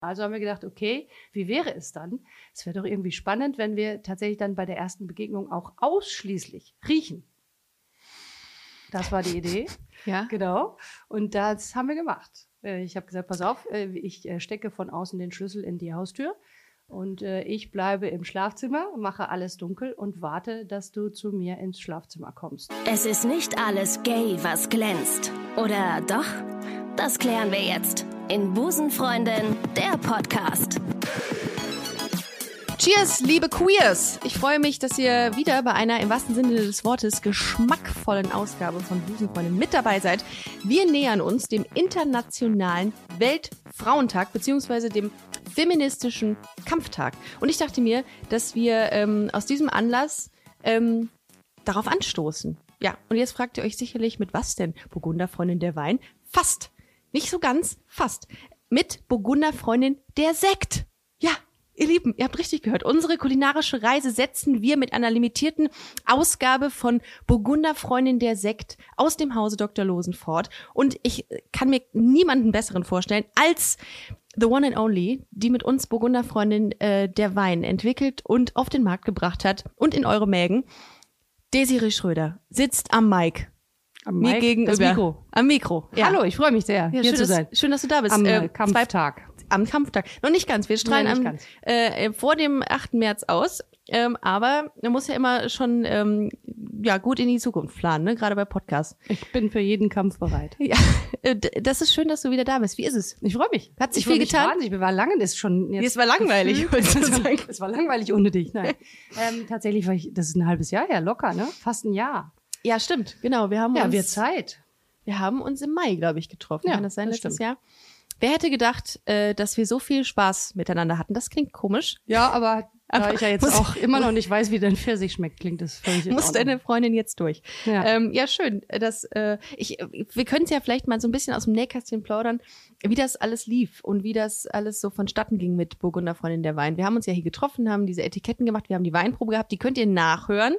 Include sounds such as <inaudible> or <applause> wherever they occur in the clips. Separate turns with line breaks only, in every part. Also haben wir gedacht, okay, wie wäre es dann? Es wäre doch irgendwie spannend, wenn wir tatsächlich dann bei der ersten Begegnung auch ausschließlich riechen. Das war die <laughs> Idee.
Ja.
Genau. Und das haben wir gemacht. Äh, Ich habe gesagt, pass auf, äh, ich äh, stecke von außen den Schlüssel in die Haustür und äh, ich bleibe im Schlafzimmer, mache alles dunkel und warte, dass du zu mir ins Schlafzimmer kommst.
Es ist nicht alles gay, was glänzt. Oder doch? Das klären wir jetzt in Busenfreundin, der Podcast.
Cheers, liebe Queers! Ich freue mich, dass ihr wieder bei einer im wahrsten Sinne des Wortes geschmackvollen Ausgabe von Busenfreundin mit dabei seid. Wir nähern uns dem internationalen Weltfrauentag beziehungsweise dem feministischen Kampftag. Und ich dachte mir, dass wir ähm, aus diesem Anlass ähm, darauf anstoßen. Ja, und jetzt fragt ihr euch sicherlich, mit was denn? Burgunderfreundin der Wein? Fast. Nicht so ganz, fast. Mit Burgunderfreundin der Sekt. Ja, ihr Lieben, ihr habt richtig gehört. Unsere kulinarische Reise setzen wir mit einer limitierten Ausgabe von Burgunderfreundin der Sekt aus dem Hause Dr. Losen fort. Und ich äh, kann mir niemanden besseren vorstellen als The One and Only, die mit uns Burgunderfreundin äh, der Wein entwickelt und auf den Markt gebracht hat und in eure Mägen. Desiree Schröder sitzt am Mic.
Am
Mir
Mike,
gegenüber.
Das Mikro.
Am Mikro. Ja.
Hallo, ich freue mich sehr,
Ja,
hier
schön,
zu sein.
Dass, schön, dass du da bist.
Am
Äh,
äh, Kampftag.
zwei- am Kampftag. Noch nicht ganz. Wir strahlen
Nein, nicht
am,
ganz.
Äh, vor dem 8. März aus. Ähm, aber man muss ja immer schon ähm, ja, gut in die Zukunft planen, ne? gerade bei Podcasts.
Ich bin für jeden Kampf bereit.
<laughs> Ja, äh, d- das ist schön, dass du wieder da bist. Wie ist es?
Ich freue mich.
Hat sich
Ich freu
viel
mich
getan?
Wahnsinnig. Wir waren lange, das ist schon jetzt.
war <laughs> langweilig.
Gefühlt- Es war, es war langweilig ohne dich.
<laughs>
Nein. ähm, tatsächlich war ich, das ist ein halbes Jahr her, locker, ne? Fast ein Jahr.
Ja, stimmt. Genau, wir haben
Ja,
uns
wir Zeit.
Wir haben uns im Mai, glaube ich, getroffen.
Ja,
Kann das sein,
das
letztes
stimmt.
Jahr? Wer hätte gedacht, äh, dass wir so viel Spaß miteinander hatten? Das klingt komisch.
Ja, aber,
Aber
da ich ja jetzt
muss-
auch immer noch nicht weiß, wie dein Pfirsich schmeckt, klingt das völlig in
Muss
Ordnung.
deine Freundin jetzt durch.
Ja.
ähm, ja schön. Das, äh, ich, wir können es ja vielleicht mal so ein bisschen aus dem Nähkästchen plaudern, wie das alles lief und wie das alles so vonstatten ging mit Burgunder Freundin der Wein. Wir haben uns ja hier getroffen, haben diese Etiketten gemacht, wir haben die Weinprobe gehabt, die könnt ihr nachhören.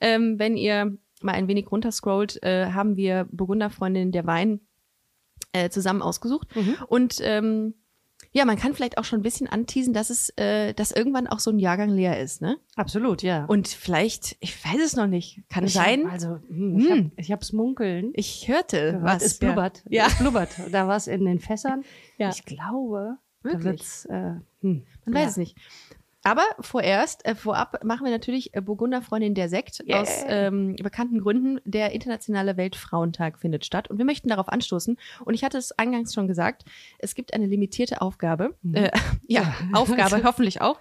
Ähm, wenn ihr mal ein wenig runterscrollt, äh, haben wir Burgunder Freundin der Wein äh, zusammen ausgesucht.
Mhm.
Und ähm, ja, man kann vielleicht auch schon ein bisschen anteasen, dass es, äh, dass irgendwann auch so ein Jahrgang leer ist, ne?
Absolut, ja.
Und vielleicht, ich weiß es noch nicht, kann
ich
sein.
Hab, also, hm, ich
Hm.
hab- ich hab's munkeln.
Ich hörte
gehört.
was.
Es blubbert.
Ja.
Es blubbert. Da war's in den Fässern.
Ja.
Ich glaube,
Wirklich?
da wird's, äh, hm. ja.
Man weiß es nicht. Aber vorerst, äh, vorab machen wir natürlich äh, Burgunderfreundin der Sekt
Yeah.
aus ähm, bekannten Gründen. Der internationale Weltfrauentag findet statt und wir möchten darauf anstoßen. Und ich hatte es eingangs schon gesagt, es gibt eine limitierte Aufgabe.
Mhm. Also
Äh, <laughs>
<laughs>
ja, Aufgabe hoffentlich auch.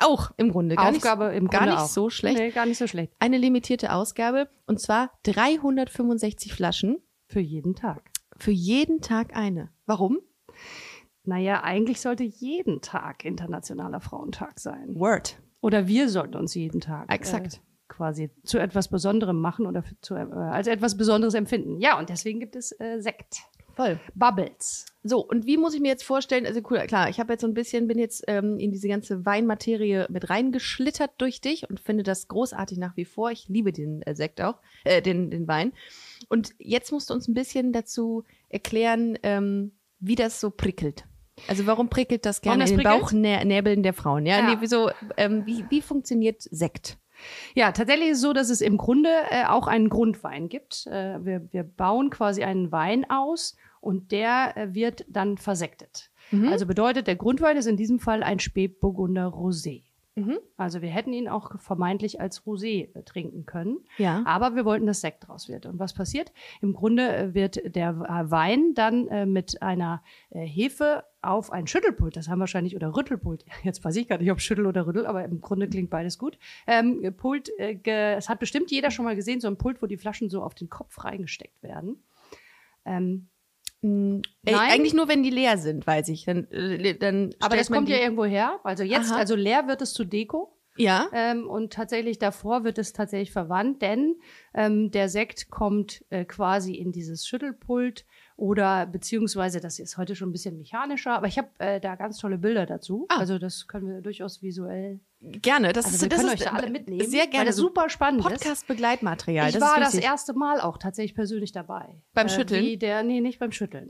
Auch im Grunde. Gar
Aufgabe
nicht,
im
gar
Grunde
nicht
auch.
so schlecht.
Nee, gar nicht so schlecht.
Eine limitierte Ausgabe und zwar 365 Flaschen
Für jeden Tag.
für jeden Tag eine. Warum?
Naja, eigentlich sollte jeden Tag Internationaler Frauentag sein.
Word.
Oder wir sollten uns jeden Tag
Exakt.
Äh, quasi zu etwas Besonderem machen oder für- zu, äh, als etwas Besonderes empfinden. Ja, und deswegen gibt es äh, Sekt.
Voll.
Bubbles.
So, und wie muss ich mir jetzt vorstellen, also cool, klar, ich habe jetzt so ein bisschen, bin jetzt ähm, in diese ganze Weinmaterie mit reingeschlittert durch dich und finde das großartig nach wie vor. Ich liebe den äh, Sekt auch, äh, den, den Wein. Und jetzt musst du uns ein bisschen dazu erklären, ähm, wie das so prickelt. Also warum prickelt das
Warum
gerne
das
in den
prickelt?
Bauchnäbeln der Frauen? Ja,
Ja.
Nee, wieso, ähm, wie, wie funktioniert Sekt?
Ja, tatsächlich ist es so, dass es im Grunde äh, auch einen Grundwein gibt. Äh, wir, wir bauen quasi einen Wein aus und der äh, wird dann versektet.
Mhm.
Also bedeutet, der Grundwein ist in diesem Fall ein Spätburgunder Rosé.
Mhm.
Also wir hätten ihn auch vermeintlich als Rosé äh, trinken können.
ja.
Aber wir wollten, dass Sekt draus wird. Und was passiert? Im Grunde äh, wird der äh, Wein dann äh, mit einer äh, Hefe auf ein Schüttelpult, das haben wahrscheinlich, oder Rüttelpult, <laughs> jetzt weiß ich gar nicht, ob Schüttel oder Rüttel, aber im Grunde klingt beides gut. Ähm, Pult, äh, ge, es hat bestimmt jeder schon mal gesehen, so ein Pult, wo die Flaschen so auf den Kopf reingesteckt werden. Ähm,
Mm, Ey,
Nein.
eigentlich nur, wenn die leer sind, weiß ich. Dann, äh, dann
aber
stellt
das
man
kommt
die,
ja irgendwo her. Also jetzt,
Aha.
also leer wird es zu Deko.
ja.
Ähm, und tatsächlich davor wird es tatsächlich verwandt, denn ähm, der Sekt kommt äh, quasi in dieses Schüttelpult oder beziehungsweise, das ist heute schon ein bisschen mechanischer, aber ich habe äh, da ganz tolle Bilder dazu.
Ah.
Also das können wir durchaus visuell
Gerne. Das
Also
ist,
wir
das
können
ist
euch da alle mitnehmen,
Sehr gerne.
weil das
so
super spannend ist.
Podcast-Begleitmaterial.
ich war
ist
das
wichtig.
erste Mal auch tatsächlich persönlich dabei. Äh,
Beim Schütteln?
Wie der, nee, nicht beim Schütteln,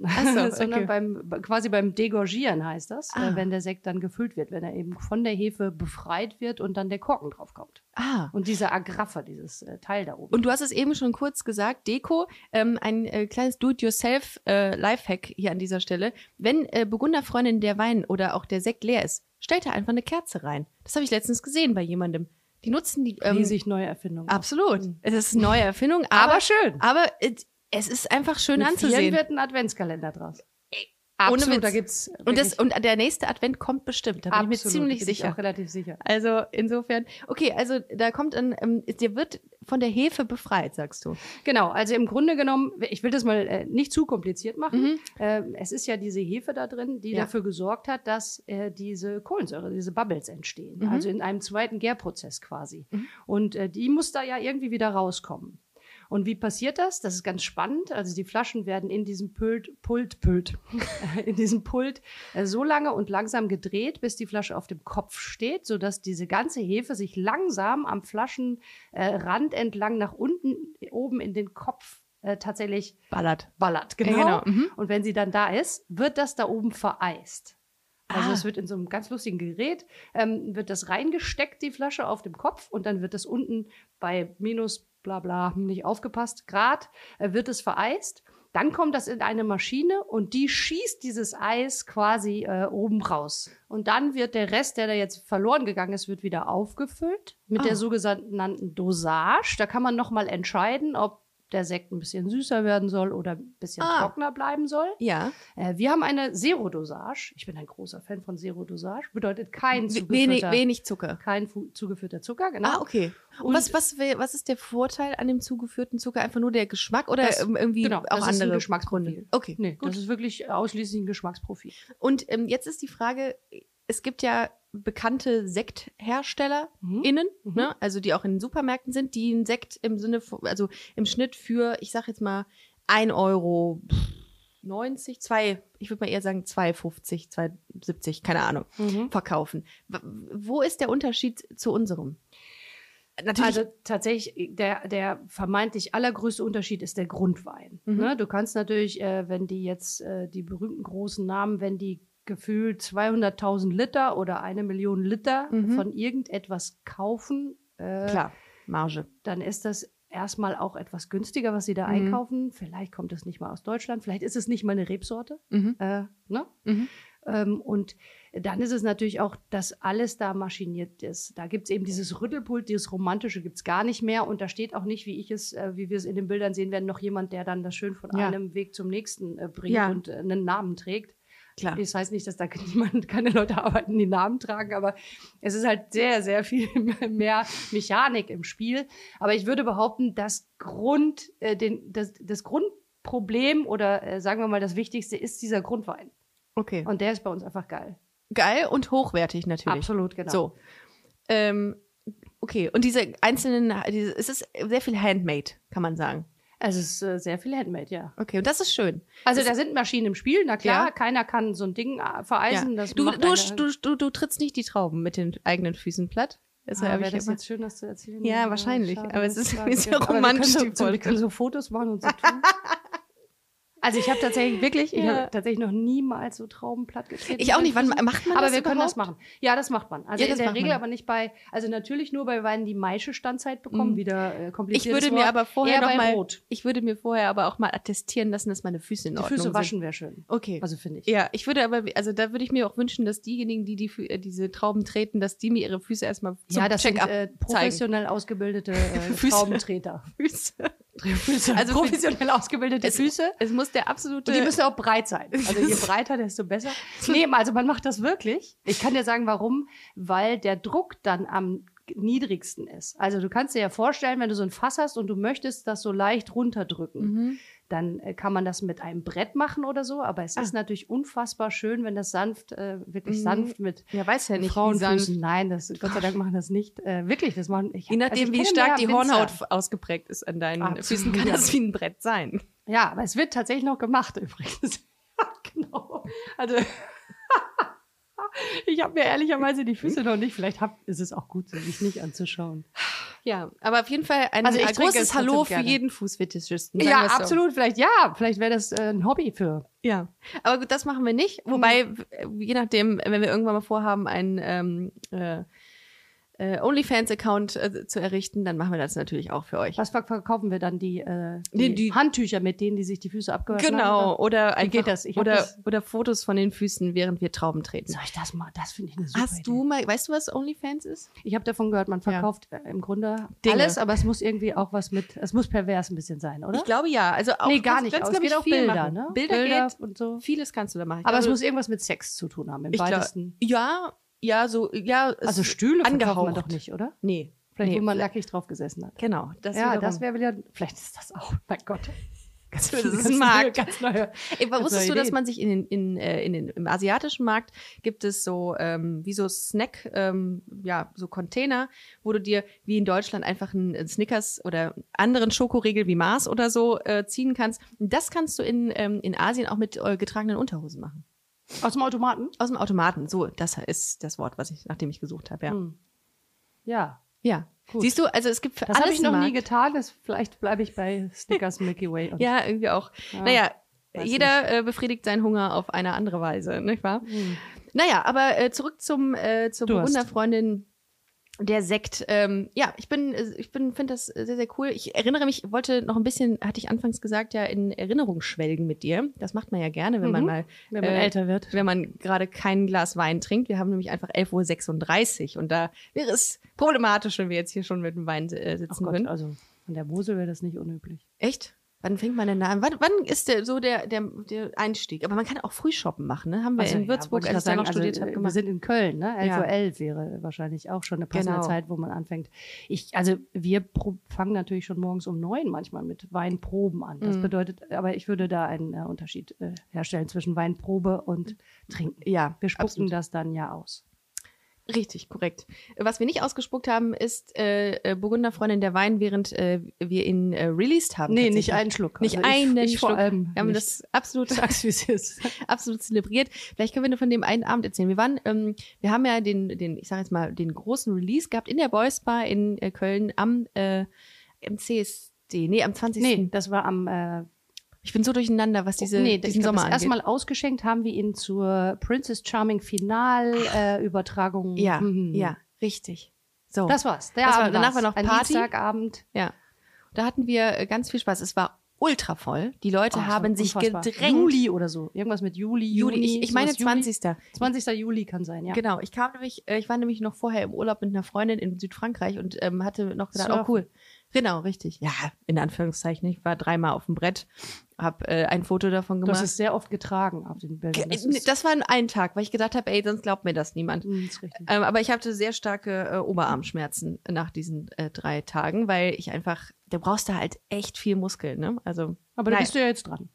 <laughs>
so,
sondern
okay.
beim, quasi beim Degorgieren heißt das,
Ah.
äh, wenn der Sekt dann gefüllt wird, wenn er eben von der Hefe befreit wird und dann der Korken draufkommt.
Ah.
Und dieser Agraffer, dieses äh, Teil da oben.
Und du hast es eben schon kurz gesagt, Deko, ähm, ein äh, kleines Do-it-yourself-Lifehack hier an dieser Stelle. Wenn äh, Burgunderfreundin der Wein oder auch der Sekt leer ist, stellt da einfach eine Kerze rein. Das habe ich letztens gesehen bei jemandem. Die nutzen die. Ähm,
riesig neue Erfindung.
absolut. Es ist eine neue Erfindung, aber,
Aber schön.
aber äh, es ist einfach schön
Mit vielen
anzusehen.
wird ein Adventskalender draus.
ohne Witz.
da gibt's
Und, das,
wirklich
und der nächste Advent kommt bestimmt. Da bin ich mir
absolut,
ziemlich
bin Ich
sicher.
auch relativ sicher.
Also insofern, okay, also da kommt ein, ähm, der wird von der Hefe befreit, sagst du.
Genau, also im Grunde genommen, ich will das mal äh, nicht zu kompliziert machen. Ähm, es ist ja diese Hefe da drin, die
Mhm. Ja.
dafür gesorgt hat, dass äh, diese Kohlensäure, diese Bubbles entstehen.
Mhm.
Also in einem zweiten Gärprozess quasi.
Mhm.
Und äh, die muss da ja irgendwie wieder rauskommen. Und wie passiert das? Das ist ganz spannend. Also die Flaschen werden in diesem Pult, Pult, Pult, <laughs> in diesem Pult äh, so lange und langsam gedreht, bis die Flasche auf dem Kopf steht, sodass diese ganze Hefe sich langsam am Flaschenrand äh, Rand entlang nach unten oben in den Kopf äh, tatsächlich
Ballert.
ballert.
Ja,
Genau.
genau. Mhm.
Und wenn sie dann da ist, wird das da oben vereist. Also
Ah.
es wird in so einem ganz lustigen Gerät, ähm, wird das reingesteckt, die Flasche auf dem Kopf und dann wird das unten bei minus bla bla, hm, nicht aufgepasst, Grad, äh, wird es vereist. Dann kommt das in eine Maschine und die schießt dieses Eis quasi äh, oben raus. Und dann wird der Rest, der da jetzt verloren gegangen ist, wird wieder aufgefüllt mit
Ah.
der sogenannten Dosage. Da kann man nochmal entscheiden, ob der Sekt ein bisschen süßer werden soll oder ein bisschen
Ah.
trockener bleiben soll.
Ja.
Äh, wir haben eine Zero-Dosage. Ich bin ein großer Fan von Zero-Dosage. Bedeutet kein
W- Wenig,
zugeführter,
wenig Zucker.
kein fu- zugeführter Zucker. Genau.
Ah, okay. Und,
Und-
was, was, wär- was ist der Vorteil an dem zugeführten Zucker? Einfach nur der Geschmack oder
Das-
ähm, irgendwie
genau,
auch
das ist ein
andere
Geschmacksprofil.
Gründe? Okay,
Nee,
gut.
das ist wirklich ausschließlich ein Geschmacksprofil.
Und ähm, jetzt ist die Frage, es gibt ja bekannte Sekthersteller,
Mhm.
innen,
Mhm.
ne? also die auch in den Supermärkten sind, die einen Sekt im Sinne von, also im Schnitt für, ich sag jetzt mal, 1 Euro 90, 2, ich würde mal eher sagen 2,50, 2,70, keine Ahnung,
Mhm.
verkaufen. W- Wo ist der Unterschied zu unserem? Natürlich,
Also tatsächlich, der, der vermeintlich allergrößte Unterschied ist der Grundwein.
Mhm.
Ne? Du kannst natürlich, äh, wenn die jetzt äh, die berühmten großen Namen, wenn die gefühlt 200.000 Liter oder eine Million Liter
Mhm.
von irgendetwas kaufen, äh,
klar, Marge.
dann ist das erstmal auch etwas günstiger, was sie da
Mhm.
einkaufen. Vielleicht kommt es nicht mal aus Deutschland, vielleicht ist es nicht mal eine Rebsorte.
Mhm.
Äh, ne?
Mhm.
Ähm, und dann ist es natürlich auch, dass alles da maschiniert ist. Da gibt es eben dieses Rüttelpult, dieses Romantische gibt es gar nicht mehr. Und da steht auch nicht, wie ich es, äh, wie wir es in den Bildern sehen werden, noch jemand, der dann das schön von
Ja.
einem Weg zum nächsten äh, bringt
Ja.
und äh, einen Namen trägt.
Klar.
Das heißt nicht, dass da <laughs> niemand, keine Leute arbeiten, die Namen tragen, aber es ist halt sehr, sehr viel <laughs> mehr Mechanik im Spiel. Aber ich würde behaupten, das Grund, äh, den, das, das Grundproblem oder äh, sagen wir mal das Wichtigste ist dieser Grundwein.
Okay.
Und der ist bei uns einfach geil.
Geil und hochwertig natürlich.
Absolut, genau.
So. Ähm, okay, und diese einzelnen, diese, es ist sehr viel Handmade, kann man sagen.
Also es ist äh, sehr viel Handmade, ja.
Okay, und das ist schön.
Also
Es-
da sind Maschinen im Spiel, na klar,
Ja.
keiner kann so ein Ding äh, vereisen.
Ja.
Das
Du,
macht
du,
einer-
du, du, du trittst nicht die Trauben mit den eigenen Füßen platt. Das
ah,
hab
wäre
ich
das
immer-
jetzt schön, das zu erzählen?
Ja, wahrscheinlich,
schade,
aber es
dass
ist
es
irgendwie so
da- aber wir können
romantisch, die
so- so- Wir
Folge.
können so Fotos machen
<laughs>
und so tun. Also ich habe tatsächlich wirklich, ich
Ja.
habe tatsächlich noch niemals so Trauben platt getreten.
ich auch nicht. Wann
mit den Füßen.
macht man
aber
das
wir können das
überhaupt?
machen. Ja, das macht man. Also
Ja,
in
das
der
macht
Regel
man.
aber nicht bei, also natürlich nur bei Weinen, die Maische Standzeit bekommen,
Mhm.
wieder äh,
Ich
kompliziertes
würde
Wort.
mir aber vorher
Eher
noch
bei
mal,
Rot.
ich würde mir vorher aber auch mal attestieren lassen, dass meine Füße in
Die
Ordnung
Füße
sind.
waschen wäre schön.
Okay.
Also finde ich.
ja, ich würde aber, also da würde ich mir auch wünschen, dass diejenigen, die, die Fü- äh, diese Trauben treten, dass die mir ihre Füße erstmal zum
ja, das sind
Check-up
äh,
zeigen.
professionell
<laughs>
ausgebildete äh,
Füße.
Traubentreter.
Füße.
<laughs> Füße.
<laughs> Also
Also
für-
professionell ausgebildete
Es-
Füße.
Es muss der absolute.
Und die müssen auch breit
<laughs>
sein. Also je breiter, desto besser. Nee, also man macht das wirklich. Ich kann dir sagen, warum. Weil der Druck dann am niedrigsten ist. Also du kannst dir ja vorstellen, wenn du so ein Fass hast und du möchtest das so leicht runterdrücken,
Mhm.
dann äh, kann man das mit einem Brett machen oder so. Aber es
Ah.
ist natürlich unfassbar schön, wenn das sanft, äh, wirklich
Mhm.
sanft mit
Ja, weiß ja nicht, wie sanft.
Frauenfüßen. Nein, das, Gott sei Dank machen das nicht. Äh, wirklich, das machen. Ich,
Je nachdem,
also ich
wie
kenne
stark
mehr
die
Winzer.
Hornhaut f- ausgeprägt ist an deinen
Absolut.
Füßen, kann das wie ein Brett sein.
Ja, aber es wird <laughs> tatsächlich noch gemacht übrigens. Ja, genau. Also <laughs> Ich habe mir ehrlicherweise die Füße noch nicht. Vielleicht hab, ist es auch gut, sie sich nicht anzuschauen.
Ja, aber auf jeden Fall ein,
Also ich
ein
trinke
großes
es
Hallo
trotzdem
für
gerne.
jeden Fußfetischisten. sagen
Ja,
wir's so.
absolut. Vielleicht ja. Vielleicht wäre das äh, ein Hobby für.
Ja, aber gut, das machen wir nicht.
Mhm.
Wobei, w- je nachdem, wenn wir irgendwann mal vorhaben, einen ähm, äh, äh, OnlyFans-Account äh, zu errichten, dann machen wir das natürlich auch für euch.
Was ver- verkaufen wir dann? Die, äh, die,
Die- die-
Handtücher, mit denen die sich die Füße abgehört haben?
Genau, oder einfach,
geht das? Ich hab
oder,
das-
oder Fotos von den Füßen, während wir Trauben treten.
Soll ich das mal? Das finde ich eine super
Hast
Idee.
du mal, weißt du, was OnlyFans ist?
Ich habe davon gehört, man verkauft äh, im Grunde
Dinge.
alles, aber es muss irgendwie auch was mit, es muss pervers ein bisschen sein, oder?
Ich glaube ja. Also auch
nee, gar
ganz-
nicht.
ganz,
aber es
glaub
geht
ich,
auch
viel
Bilder,
machen.
ne?
Bilder, geht,
und so.
vieles kannst du da machen. Ich
Aber es
glaube,
muss irgendwas mit Sex zu tun haben, im
Also ich glaub-
weitesten.
ja, ja, so, ja. es-
also Stühle verkauft man
angehaucht.
doch nicht, oder?
Nee.
Vielleicht,
nee.
wo man nackig drauf gesessen hat.
Genau, das
ja,
wiederum.
das wäre wieder, vielleicht ist das auch, mein
<laughs>
Gott. Ganz, <laughs>
Das ist ein
neue-
Markt.
Ganz neue.
Ey, aber
Das
wusstest
war
du, dass
Ideen.
man sich in, den- in, äh, in den, im asiatischen Markt gibt es so ähm, wie so Snack, ähm, ja, so Container, wo du dir wie in Deutschland einfach einen äh, Snickers oder anderen Schokoriegel wie Mars oder so äh, ziehen kannst. Und Das kannst du in, ähm, in Asien auch mit äh, getragenen Unterhosen machen.
Aus dem Automaten?
Aus dem Automaten. So, das ist das Wort, was ich, nachdem ich gesucht habe. Ja.
Hm. Ja.
ja.
Gut.
Siehst du, also es gibt für
Das habe
alles
ich noch
einen
nie
Markt.
getan. Das, vielleicht bleibe ich bei
<laughs>
Snickers Milky Way. Und
Ja, irgendwie auch.
Ah,
naja, jeder äh, befriedigt seinen Hunger auf eine andere Weise, nicht wahr?
Hm.
Naja, aber äh, zurück zum, äh, zur
Durst.
Burgunderfreundin. Der Sekt, ähm, ja, ich bin, äh, ich bin, finde das sehr, sehr cool. Ich erinnere mich, wollte noch ein bisschen, hatte ich anfangs gesagt, ja, in Erinnerung schwelgen mit dir. Das macht man ja gerne, wenn man
Mhm.
mal,
Wenn man
äh,
älter wird.
wenn man gerade kein Glas Wein trinkt. Wir haben nämlich einfach 11.36 Uhr und da wäre es problematisch, wenn wir jetzt hier schon mit dem Wein äh,
Ach
sitzen
Gott,
würden.
also an der Mosel wäre das nicht unüblich.
Echt? Wann fängt man denn da an? Wann, wann ist der, so der, der, der Einstieg? Aber man kann auch Frühshoppen machen, ne? Haben wir
Also,
in Würzburg,
wollte
als ich da
gerade
noch
sagen,
studiert habe,
Wir
gemacht.
sind in Köln, ne? 11
Ja.
Uhr 11 wäre wahrscheinlich auch schon eine passende
Genau.
Zeit, wo man anfängt. Ich, also wir pro- fangen natürlich schon morgens um neun manchmal mit Weinproben an. Das
Mhm.
bedeutet, aber ich würde da einen äh, Unterschied äh, herstellen zwischen Weinprobe und Trinken.
Ja,
Wir spucken
absolut.
das dann ja aus.
Richtig, korrekt. Was wir nicht ausgespuckt haben, ist äh, äh, Burgunderfreundin der Wein, während äh, wir ihn äh, released haben.
Nee, nicht
tatsächlich.
einen Schluck.
Nicht
Also ich,
einen
ich vor
Schluck.
allem.
Wir haben
nicht.
das absolut,
sag's, wie es ist.
<laughs> absolut zelebriert. Vielleicht können wir nur von dem einen Abend erzählen. Wir waren, ähm, wir haben ja den, den, ich sage jetzt mal, den großen Release gehabt in der Boys Bar in äh, Köln am äh, im CSD. Nee, am 20.
Nee, das war am äh,
Ich bin so durcheinander, was diese,
Oh, nee,
diesen
ich glaub,
Sommer
das
angeht.
erstmal ausgeschenkt haben wir ihn zur Princess Charming äh, Final-Übertragung.
ja, ja, richtig. So.
Mhm. Das war's. Der
Oh. Das war-
Abend
danach
war's.
war noch
Ein
Party.
Dienstagabend.
Ja. Da hatten wir äh, ganz viel Spaß. Es war ultra voll. Die
Oh,
Leute
das war
haben sich
unfassbar.
gedrängt.
Juli oder so. Irgendwas mit Juli, Juni.
Juli, ich, ich meine
sowas. Juli.
20.
20. Juli kann sein, ja.
Genau, ich kam nämlich, äh, ich war nämlich noch vorher im Urlaub mit einer Freundin in Südfrankreich und ähm, hatte noch gedacht,
Surfen.
oh cool. Genau, richtig. Ja, in Anführungszeichen. Ich war dreimal auf dem Brett, habe äh, ein Foto davon
Du hast
gemacht.
es sehr oft getragen auf den Bildern. Das ist,
das war an einem Tag, weil ich gedacht habe, ey, sonst glaubt mir das niemand.
Mm, ist richtig.
Ähm, aber ich hatte sehr starke äh, Oberarmschmerzen nach diesen äh, drei Tagen, weil ich einfach, du brauchst da halt echt viel Muskeln, ne? Also,
Aber da
naja.
bist du ja jetzt dran.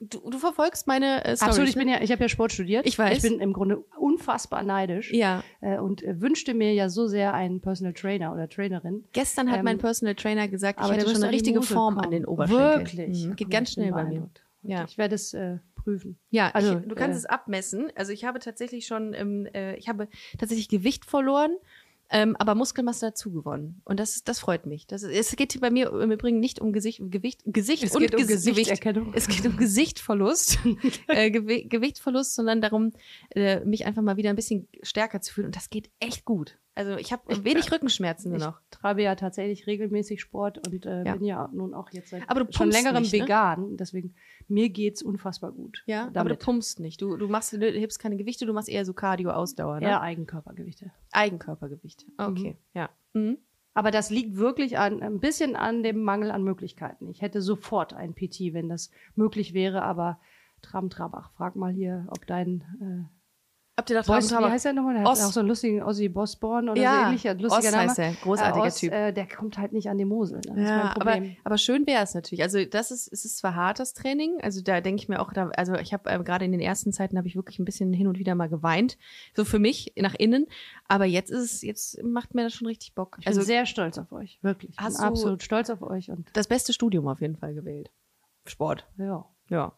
du, du verfolgst meine äh, Stories.
Absolut, ich
ne?
bin ja, ich habe ja Sport studiert.
Ich weiß.
Ich bin im Grunde unfassbar neidisch
Ja.
äh, und äh, wünschte mir ja so sehr einen Personal Trainer oder Trainerin.
Gestern hat
Ähm,
mein Personal Trainer gesagt, ich
aber
hätte
du wirst
schon
an
eine
die
richtige
Mosel
Form
kommen.
an den Oberschenkel.
Wirklich.
Mhm. Geht
Guck mal,
ganz
ich bin
schnell bei mir.
beeindruckt.
Ja.
Ich werde es äh, prüfen.
Ja, also
Also,
ich, du kannst
äh,
es abmessen. Also ich habe tatsächlich schon, ähm, äh, ich habe tatsächlich Gewicht verloren, ähm, aber Muskelmasse dazu gewonnen. Und das, ist- das freut mich. Das, ist- es geht hier bei mir im Übrigen nicht um Gesicht, Gewicht, Gesicht
Es
und
geht um
Ges- Gewicht.
Gesichtserkennung.
Es geht um <laughs> Gesichtverlust, äh, Gewi Gewichtverlust, sondern darum, äh, mich einfach mal wieder ein bisschen stärker zu fühlen. Und das geht echt gut. Also ich habe wenig Rückenschmerzen nur
genau. Ich
noch.
treibe ja tatsächlich regelmäßig Sport und äh,
Ja.
bin ja nun auch jetzt seit
Aber du
schon
pumpst
längerem
nicht, ne?
vegan. Deswegen, mir geht's unfassbar gut.
Ja, aber du
damit.
pumpst nicht. Du, du machst, du hebst keine Gewichte, du machst eher so Cardio-Ausdauer, ne?
eher Eigenkörpergewichte.
Eigenkörpergewicht. Okay, ja. Mhm.
Aber das liegt wirklich an, ein bisschen an dem Mangel an Möglichkeiten. Ich hätte sofort ein PT, wenn das möglich wäre, aber Tram Trabach, frag mal hier, ob dein
Habt ihr da
äh, Boss, wie
draußen
heißt der nochmal? Der hat
Oss.
auch so einen lustigen Ossi Bosborn oder
Ja,
so ähnlich. Ein lustiger
Oss
Name.
heißt der, großartiger
äh, Oss,
Typ.
Äh, der kommt halt nicht an die Mosel. Ne? Das ist mein
Ja, aber,
Problem.
aber schön wäre es natürlich. Also das ist, es ist zwar hartes Training, also da denke ich mir auch, da, also ich habe äh, gerade in den ersten Zeiten habe ich wirklich ein bisschen hin und wieder mal geweint, so für mich nach innen. Aber jetzt ist es, jetzt macht mir das schon richtig Bock.
Ich bin
Also
sehr stolz auf euch, wirklich. Ich bin
Hast du-
absolut stolz auf euch und
das beste Studium auf jeden Fall gewählt. Sport.
ja.
Ja.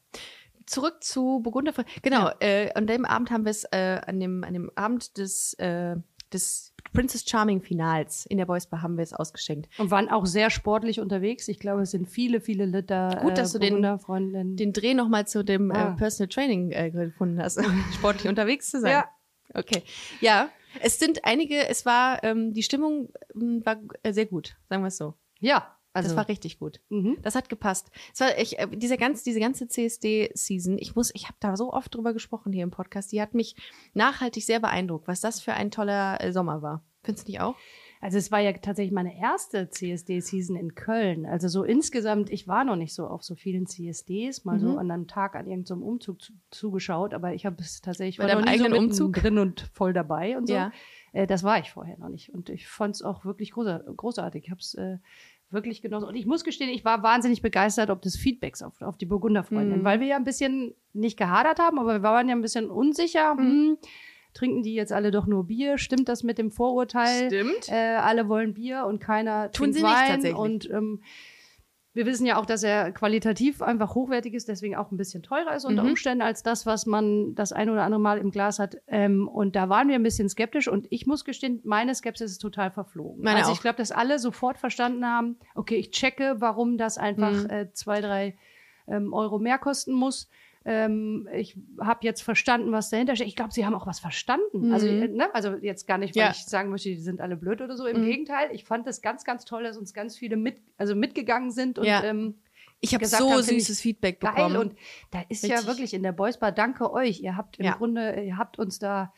zurück zu Burgunder. Genau, äh, an dem Abend haben wir es, äh, an, dem, an dem Abend des, äh, des Princess Charming Finals in der Boys Bar haben wir es ausgeschenkt.
Und waren auch sehr sportlich unterwegs. Ich glaube, es sind viele, viele Liter. äh,
Gut, dass du den-
Freundin.
Den Dreh nochmal zu dem
Ah.
äh, Personal Training äh, gefunden
<laughs>
hast, sportlich unterwegs zu sein.
Ja.
Okay. Ja, es sind einige, es war, ähm, die Stimmung ähm, war äh, sehr gut, sagen wir es so.
ja, also.
Also, das war richtig gut.
mhm.
Das hat gepasst. Es war ich, äh, dieser ganz, diese ganze CSD-Season, ich muss, ich habe da so oft drüber gesprochen hier im Podcast, die hat mich nachhaltig sehr beeindruckt, was das für ein toller äh, Sommer war. Findest du nicht auch?
Also es war ja tatsächlich meine erste CSD-Season in Köln. Also so insgesamt, ich war noch nicht so auf so vielen CSDs, mal
Mhm.
so an einem Tag an irgendeinem Umzug zu, zugeschaut, aber ich habe es tatsächlich
Bei
war noch
deinem
nie so
eigenen Umzug?
drin und voll dabei und so.
Ja.
Äh, das war ich vorher noch nicht und ich fand es auch wirklich großer, großartig. Ich habe es äh, wirklich genossen und ich muss gestehen, ich war wahnsinnig begeistert, ob des Feedbacks auf, auf die Burgunderfreundin,
Mhm.
weil wir ja ein bisschen nicht gehadert haben, aber wir waren ja ein bisschen
Mhm.
unsicher. Hm, trinken die jetzt alle doch nur Bier? Stimmt das mit dem Vorurteil?
Stimmt.
äh, alle wollen Bier und keiner
Tun
trinkt
sie nicht
Wein
tatsächlich.
und ähm, wir wissen ja auch, dass er qualitativ einfach hochwertig ist, deswegen auch ein bisschen teurer ist unter
Mhm.
Umständen als das, was man das ein oder andere Mal im Glas hat. Ähm, und da waren wir ein bisschen skeptisch und ich muss gestehen, meine Skepsis ist total verflogen.
Meine
also
auch.
ich glaube, dass alle sofort verstanden haben, okay, ich checke, warum das einfach
Mhm.
äh, zwei, drei ähm, Euro mehr kosten muss. Ähm, ich habe jetzt verstanden, was dahinter steht. Ich glaube, sie haben auch was verstanden. Also,
Mhm.
äh, ne? also jetzt gar nicht, weil
Ja.
ich sagen möchte, die sind alle blöd oder so. Im
Mhm.
Gegenteil, ich fand das ganz, ganz toll, dass uns ganz viele mit, also mitgegangen sind und
Ja.
ähm,
Ich habe
gesagt
so
hab, find ich
süßes Feedback
geil.
bekommen.
Und da ist
Richtig.
ja wirklich in der Boys Bar, danke euch. Ihr habt im
Ja.
Grunde, ihr habt uns da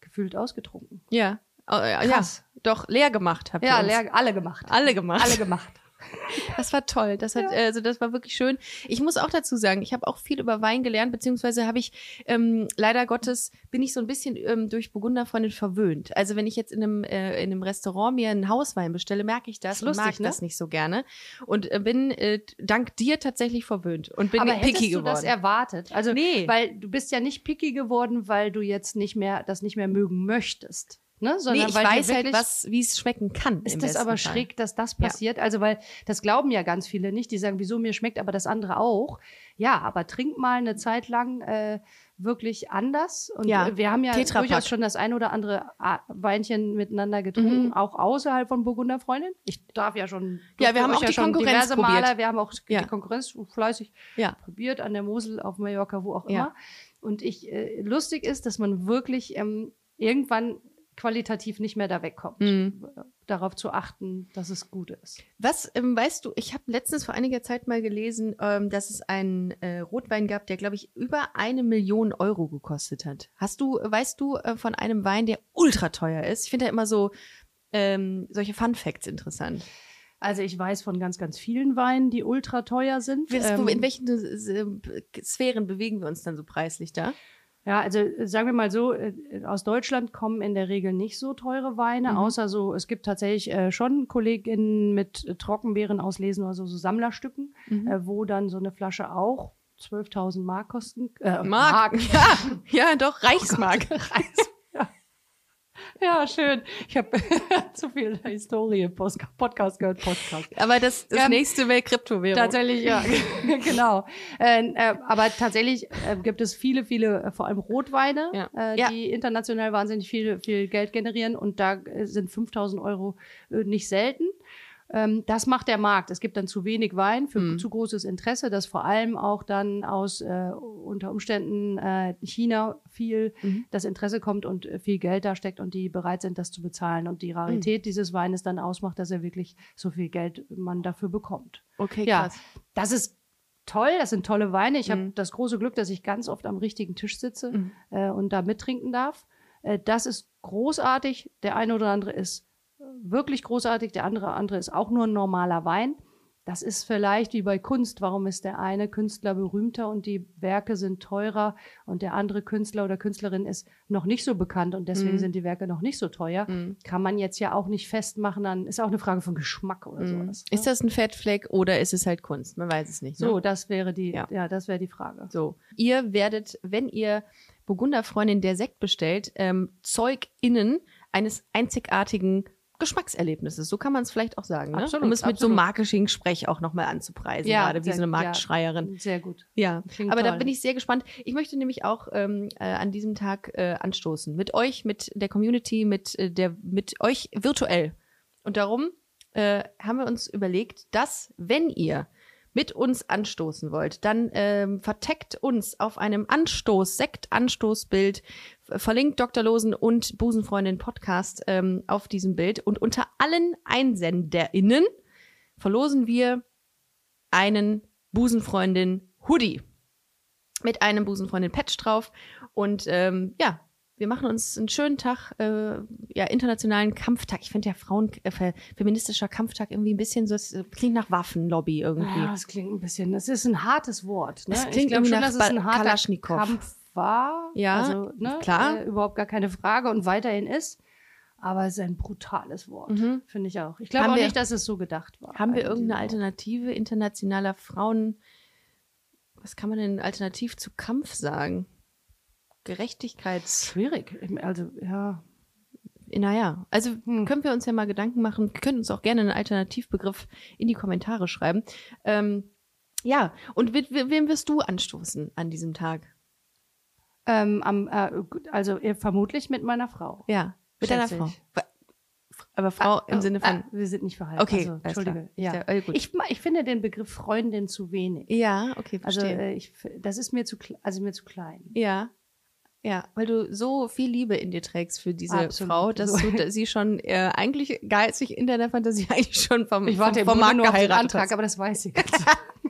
gefühlt ausgetrunken.
ja. Oh, ja, ja,
Krass.
doch leer gemacht habt ihr
Ja,
uns.
leer, alle gemacht.
Alle gemacht.
Alle gemacht.
Das war toll. Das hat, also das war wirklich schön. Ich muss auch dazu sagen, ich habe auch viel über Wein gelernt, beziehungsweise habe ich ähm, leider Gottes bin ich so ein bisschen ähm, durch Burgunderfreundin verwöhnt. Also wenn ich jetzt in einem äh, in einem Restaurant mir einen Hauswein bestelle, merke ich das
Ist
und
lustig,
mag
ne?
das nicht so gerne und äh, bin äh, dank dir tatsächlich verwöhnt und <laughs> bin
Aber hättest
picky
du
geworden.
das erwartet? Also,
Nee.
weil du bist ja nicht picky geworden, weil du jetzt nicht mehr, das nicht mehr mögen möchtest. Ne?
nee,
Sondern
ich
weil du
weiß halt,
wirklich-
was wie es schmecken kann. im
Ist das
besten
aber
Fall.
schräg, dass das
Ja.
passiert? Also, weil das glauben ja ganz viele nicht. Die sagen, wieso mir schmeckt aber das andere auch. Ja, aber trink mal eine Zeit lang äh, wirklich anders. Und
Ja,
äh, wir haben ja
Tetra Pak.
durchaus schon das ein oder andere A- Weinchen miteinander getrunken,
Mhm.
auch außerhalb von Burgunder Freundin. Ich darf ja schon.
Ja, wir haben
euch
auch die
schon
Konkurrenz
diverse
probiert.
Maler, wir haben auch
Ja.
die Konkurrenz fleißig
Ja.
probiert, an der Mosel, auf Mallorca, wo auch
Ja.
immer. Und ich, äh, lustig ist, dass man wirklich ähm, irgendwann qualitativ nicht mehr da wegkommt
Mhm.
darauf zu achten, dass es gut ist.
Was ähm, weißt du, ich habe letztens vor einiger Zeit mal gelesen, ähm, dass es einen äh, Rotwein gab, der, glaube ich, über eine Million Euro gekostet hat. Hast du, weißt du äh, von einem Wein, der ultra teuer ist? Ich finde ja immer so ähm, solche Fun Facts interessant.
Also ich weiß von ganz, ganz vielen Weinen, die ultra teuer sind.
Wie-
Ähm,
in welchen äh, Sphären bewegen wir uns dann so preislich da?
ja, also äh, sagen wir mal so, äh, aus Deutschland kommen in der Regel nicht so teure Weine,
Mhm.
außer so, es gibt tatsächlich äh, schon KollegInnen mit äh, Trockenbeeren auslesen oder so, so Sammlerstücken, äh, wo dann so eine Flasche auch 12.000 Mark kosten. Äh, <laughs>
Ja, ja, doch, Reichsmark.
Ja, schön. Ich habe <laughs> zu viel Historie, Post- Podcast gehört, Podcast.
Aber das, das
Ja.
nächste wäre Kryptowährung.
Tatsächlich,
<laughs>
ja, <laughs> genau. Äh, äh, aber tatsächlich äh, gibt es viele, viele, äh, vor allem Rotweine,
Ja.
Äh,
Ja.
die international wahnsinnig viel, viel Geld generieren und da äh, sind 5000 Euro äh, nicht selten. Ähm, das macht der Markt. Es gibt dann zu wenig Wein für
Mhm.
zu großes Interesse, dass vor allem auch dann aus äh, unter Umständen äh, China viel
Mhm.
das Interesse kommt und äh, viel Geld da steckt und die bereit sind, das zu bezahlen und die
Mhm.
Rarität dieses Weines dann ausmacht, dass er wirklich so viel Geld man dafür bekommt
Okay,
ja,
krass.
das ist toll, das sind tolle Weine. Ich habe
Mhm.
das große Glück, dass ich ganz oft am richtigen Tisch sitze
Mhm.
äh, und da mittrinken darf. Äh, das ist großartig. Der eine oder andere ist wirklich großartig, der andere andere ist auch nur ein normaler Wein. Das ist vielleicht wie bei Kunst. Warum ist der eine Künstler berühmter und die Werke sind teurer und der andere Künstler oder Künstlerin ist noch nicht so bekannt und deswegen
Mhm.
sind die Werke noch nicht so teuer?
Mhm.
Kann man jetzt ja auch nicht festmachen. Dann ist auch eine Frage von Geschmack oder
Mhm.
sowas. ne?
Ist das ein Fettfleck oder ist es halt Kunst? Man weiß es nicht. Ne?
So, das wäre die,
Ja.
ja, das wäre die Frage.
So, ihr werdet, wenn ihr Burgunderfreundin der Sekt bestellt, ähm, ZeugInnen eines einzigartigen Geschmackserlebnisses. So kann man es vielleicht auch sagen. Ne?
Absolut,
um es mit so
absolut.
Marketing-Sprech auch nochmal anzupreisen,
Ja,
gerade wie
sehr-
so eine
ja.
Marktschreierin.
Sehr gut.
Ja,
Klingt
aber da
toll.
bin ich sehr gespannt. Ich möchte nämlich auch ähm, äh, an diesem Tag äh, anstoßen. Mit euch, mit der Community, mit, äh, der, mit euch virtuell. Und darum äh, haben wir uns überlegt, dass, wenn ihr mit uns anstoßen wollt, dann ähm, verteckt uns auf einem Anstoß, Sekt-Anstoßbild, f- verlinkt Dr. Losen und Busenfreundin Podcast ähm, auf diesem Bild und unter allen EinsenderInnen verlosen wir einen Busenfreundin Hoodie mit einem Busenfreundin Patch drauf und ähm, ja wir machen uns einen schönen Tag, äh, ja, internationalen Kampftag. Ich finde ja Frauen, äh, fe- feministischer Kampftag irgendwie ein bisschen so, es äh, klingt nach Waffenlobby irgendwie.
Ja, Ah, das klingt ein bisschen, das ist ein hartes Wort. Ne?
Das
ich
klingt
glaube
irgendwie
schon,
nach
dass es ein
Ba-
harter
Kalaschnikow.
Kampf war.
Ja,
also, ne?
klar.
Äh, überhaupt gar keine Frage und weiterhin ist. Aber es ist ein brutales Wort, finde ich auch. Ich glaube
Mhm. Haben
auch
wir-
nicht, dass es so gedacht war.
Haben wir
Also
irgendeine
diese-
Alternative internationaler Frauen? Was kann man denn alternativ zu Kampf sagen? Gerechtigkeits.
Schwierig. Ich- Also, ja.
Naja, also
Hm.
können wir uns ja mal Gedanken machen, können uns auch gerne einen Alternativbegriff in die Kommentare schreiben. Ähm, ja, und mit, we- wem wirst du anstoßen an diesem Tag?
Ähm, am, äh, gut, also äh, vermutlich mit meiner Frau.
Ja, mit
Schätze
deiner Frau. oh,
ich.
Wa- Aber Frau im Sinne von.
Ah, wir sind nicht verheiratet.
okay,
also,
alles
Entschuldige.
klar.
Ja.
Ich, äh, gut.
Ich, ma- ich finde den Begriff Freundin zu wenig.
ja, okay,
also,
verstehe.
äh, ich, f- das ist mir zu, kle- also mir zu klein.
Ja. Ja, weil du so viel Liebe in dir trägst für diese
Absolut.
Frau, dass
So.
du da- sie schon äh, eigentlich geistig in deiner Fantasie <laughs> eigentlich schon vom,
Ich
vom,
warte
vom
im Grunde
Markt
nur auf den
geheiratet
Antrag,
hast.
aber das weiß sie. <laughs>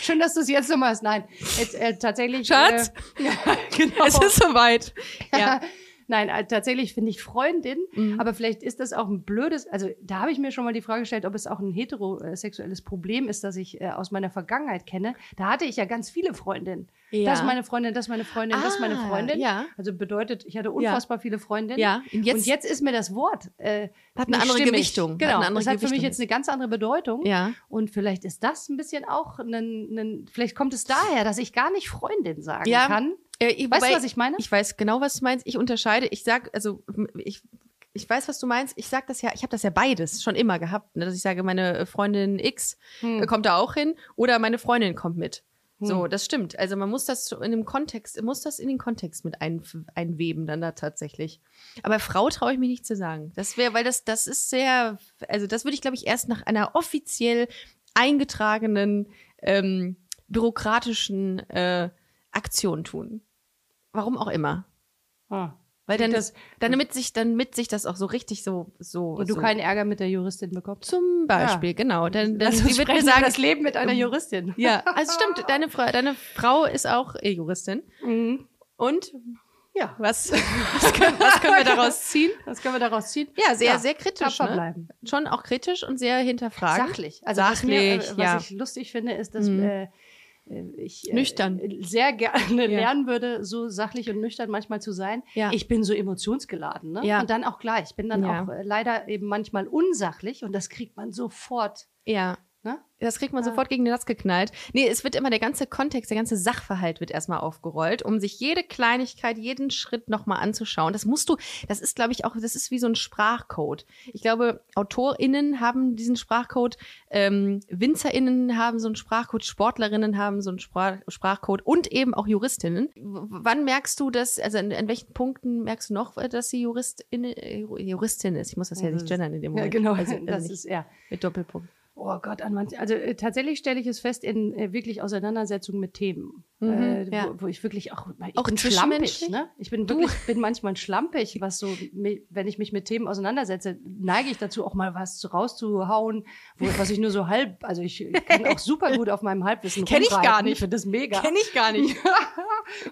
Schön, dass du es jetzt nochmal hast. Nein, jetzt, äh, tatsächlich.
Schatz?
Äh, ja, <laughs> genau.
Es ist soweit. Ja.
Nein, äh, tatsächlich finde ich Freundin,
Mhm.
aber vielleicht ist das auch ein blödes, also da habe ich mir schon mal die Frage gestellt, ob es auch ein heterosexuelles Problem ist, das ich äh, aus meiner Vergangenheit kenne. Da hatte ich ja ganz viele Freundinnen.
Ja.
Das ist meine Freundin, das ist meine Freundin, das ist meine
Ah,
Freundin.
ja.
Also bedeutet, ich hatte unfassbar viele Freundinnen.
Ja, und
Und
jetzt-
jetzt, ist mir das Wort äh,
Hat eine
nicht
andere
stimmig.
Gewichtung, hat
Genau,
eine andere
das hat für mich
Gewichtung.
jetzt eine ganz andere Bedeutung.
Ja.
Und vielleicht ist das ein bisschen auch ein, ein vielleicht kommt es daher, dass ich gar nicht Freundin sagen
Ja.
kann.
Äh, ich-
Weißt du,
wobei-
was ich meine?
Ich weiß genau, was du meinst. Ich unterscheide. Ich sag, also ich, ich weiß, was du meinst. Ich sag das ja, ich habe das ja beides schon immer gehabt, ne? dass ich sage, meine Freundin X
Hm.
äh, kommt da auch hin oder meine Freundin kommt mit. So, das stimmt. Also man muss das so in dem Kontext, muss das in den Kontext mit ein, einweben dann da tatsächlich. Aber Frau traue ich mir nicht zu sagen. Das wäre, weil das, das ist sehr, also das würde ich, glaube ich, erst nach einer offiziell eingetragenen ähm, bürokratischen äh, Aktion tun. Warum auch immer.
Ah.
Weil dann,
Das-
dann damit sich, dann mit sich das auch so richtig so, so.
Und du
so.
keinen Ärger mit der Juristin bekommst.
zum Beispiel,
Ja.
genau. Also
<laughs>
Dann, dann
Also
sie wird mir
sprechen wir
sagen,
das Leben mit einer Juristin.
um-
<laughs>
ja, also stimmt, deine, Fra deine Frau ist auch äh, Juristin. Und
Mhm. Ja,
was, <laughs> was, können, was können wir daraus ziehen?
das können wir daraus ziehen.
Ja, sehr, sehr kritisch.
tapfer
Ne?
bleiben.
Schon auch kritisch und sehr hinterfragen.
Sachlich. Also was, mir, äh,
Sachlich,
was
ja. Mhm.
ich lustig finde, ist, dass äh, äh, ich äh,
Nüchtern.
sehr gerne
Ja.
lernen würde, so sachlich und nüchtern manchmal zu sein.
Ja.
Ich bin so emotionsgeladen. Ne?
Ja.
Und dann auch gleich. Ich bin dann
Ja.
auch äh, leider eben manchmal unsachlich und das kriegt man sofort.
ja.
Ne?
Das kriegt man sofort gegen den Latz geknallt. Nee, es wird immer der ganze Kontext, der ganze Sachverhalt wird erstmal aufgerollt, um sich jede Kleinigkeit, jeden Schritt nochmal anzuschauen. Das musst du, das ist, glaube ich, auch, das ist wie so ein Sprachcode. Ich glaube, AutorInnen haben diesen Sprachcode, ähm, WinzerInnen haben so einen Sprachcode, SportlerInnen haben so einen Sprach Sprachcode und eben auch JuristInnen. W wann merkst du das, also an, an welchen Punkten merkst du noch, äh, dass sie Juristin, äh, Juristin ist? Ich muss das ja nicht gendern in dem Moment. Also, also
Mhm. genau. <laughs> das
nicht
ist ja.
mit Doppelpunkt.
Oh Gott, an manchen. Also äh, tatsächlich stelle ich es fest in äh, wirklich Auseinandersetzungen mit Themen.
Mhm,
äh,
ja.
wo, wo ich wirklich auch, ich
Auch
bin schlampig,
zwischenmenschlich?
ne? Ich bin wirklich, bin manchmal schlampig, was so, mi- wenn ich mich mit Themen auseinandersetze, neige ich dazu auch mal was zu- rauszuhauen, wo, was ich nur so halb, also ich kann auch super gut auf meinem Halbwissen
Kenn ich gar
rumreiten.
nicht.
Ich finde das mega.
Kenn ich gar nicht.
<laughs>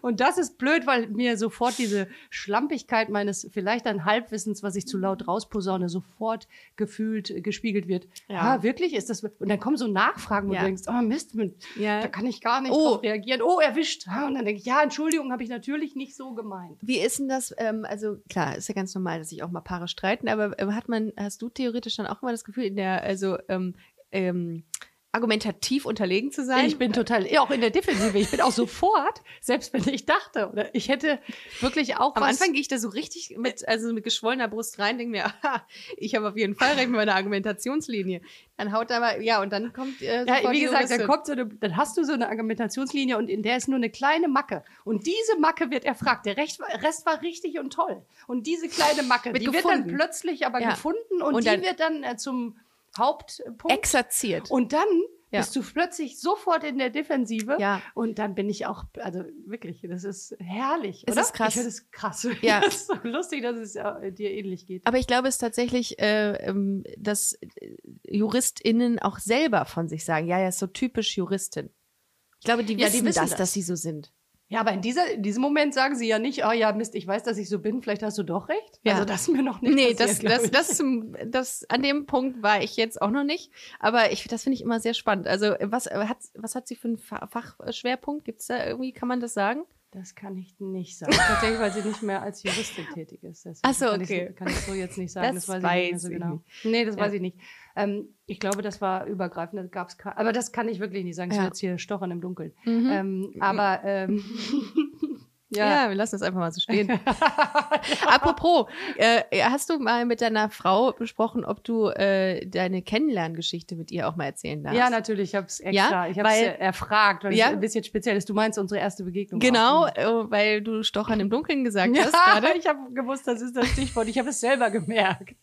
Und das ist blöd, weil mir sofort diese Schlampigkeit meines vielleicht dann Halbwissens, was ich zu laut rausposaune, sofort gefühlt äh, gespiegelt wird.
Ja.
Ja, ah, wirklich ist das. Und dann kommen so Nachfragen, wo
Ja.
du denkst, oh Mist, mit,
Ja.
da kann ich gar nicht
Oh.
drauf reagieren. Oh, erwischt. Ah, Und dann denke ich, ja, Entschuldigung, habe ich natürlich nicht so gemeint.
Wie ist denn das? Ähm, also klar, ist ja ganz normal, dass sich auch mal Paare streiten, aber ähm, hat man, hast du theoretisch dann auch immer das Gefühl, in der, also ähm, ähm, argumentativ unterlegen zu sein.
Ich bin total, ja, auch in der Defensive. Ich bin auch sofort, selbst wenn ich dachte, oder ich hätte wirklich auch
am
was.
Anfang gehe ich da so richtig mit, also mit geschwollener Brust rein, denke mir, aha, ich habe auf jeden Fall recht mit meiner Argumentationslinie. Dann haut aber, ja, und dann kommt äh,
ja,
sofort
wie
die
gesagt, dann,
Juristin.
kommt so eine, dann hast du so eine Argumentationslinie und in der ist nur eine kleine Macke. Und diese Macke wird erfragt. Der Recht, Rest war richtig und toll. Und diese kleine Macke,
Wird
die wird dann
gefunden.
plötzlich aber
Ja.
gefunden und,
Und dann-
die wird dann äh, zum Hauptpunkt.
exerziert.
und dann
Ja.
bist du plötzlich sofort in der Defensive.
Ja.
Und dann bin ich auch, also wirklich, das ist herrlich.
Es
oder?
ist krass.
Ich finde es krass. <laughs>
Ja.
Das ist so lustig, dass es äh, dir ähnlich geht.
Aber ich glaube es ist tatsächlich, äh, ähm, dass äh, JuristInnen auch selber von sich sagen, ja, ja, ist so typisch Juristin. Ich glaube, die,
Ja,
wissen,
die wissen
das,
das.
dass sie so sind.
Ja, aber in, dieser, in diesem Moment sagen sie ja nicht, oh ja, Mist, ich weiß, dass ich so bin, vielleicht hast du doch recht.
Ja.
Also das ist mir noch nicht
nee,
passiert,
das,
glaub
das,
ich.
das, zum- das, an dem Punkt war ich jetzt auch noch nicht. Aber ich, das finde ich immer sehr spannend. Also, äh, was, äh, hat, was hat sie für einen Fa- Fachschwerpunkt? Gibt es da irgendwie, kann man das sagen?
Das kann ich nicht sagen. Tatsächlich, weil sie nicht mehr als Juristin tätig ist. Deswegen
Ach so,
kann
okay.
Ich, kann ich so jetzt
<laughs>
nicht sagen.
Das
Das, weiß ich nicht mehr
weiß
so
ich
genau. Nee, das
Ja.
weiß ich nicht. Ähm, ich glaube, das war übergreifend. Das gab's ka- aber das kann ich wirklich nicht sagen. Ich
Ja.
will jetzt hier stochern im Dunkeln.
Mhm.
Ähm, aber ähm, <laughs> ja.
Ja. wir lassen es einfach mal so
<laughs>
stehen. <laughs> Apropos, äh, hast du mal mit deiner Frau besprochen, ob du äh, deine Kennenlerngeschichte mit ihr auch mal erzählen darfst?
Ja, natürlich, ich habe es extra. ich habe
weil-
es erfragt, weil
Ja.
es ein bisschen speziell ist. Du meinst unsere erste Begegnung.
Genau,
auch.
äh, weil du Stochern im Dunkeln gesagt
Mhm. <laughs> Ja,
hast gerade.
ich habe gewusst, das ist das Stichwort. Ich habe es selber
<laughs>
gemerkt.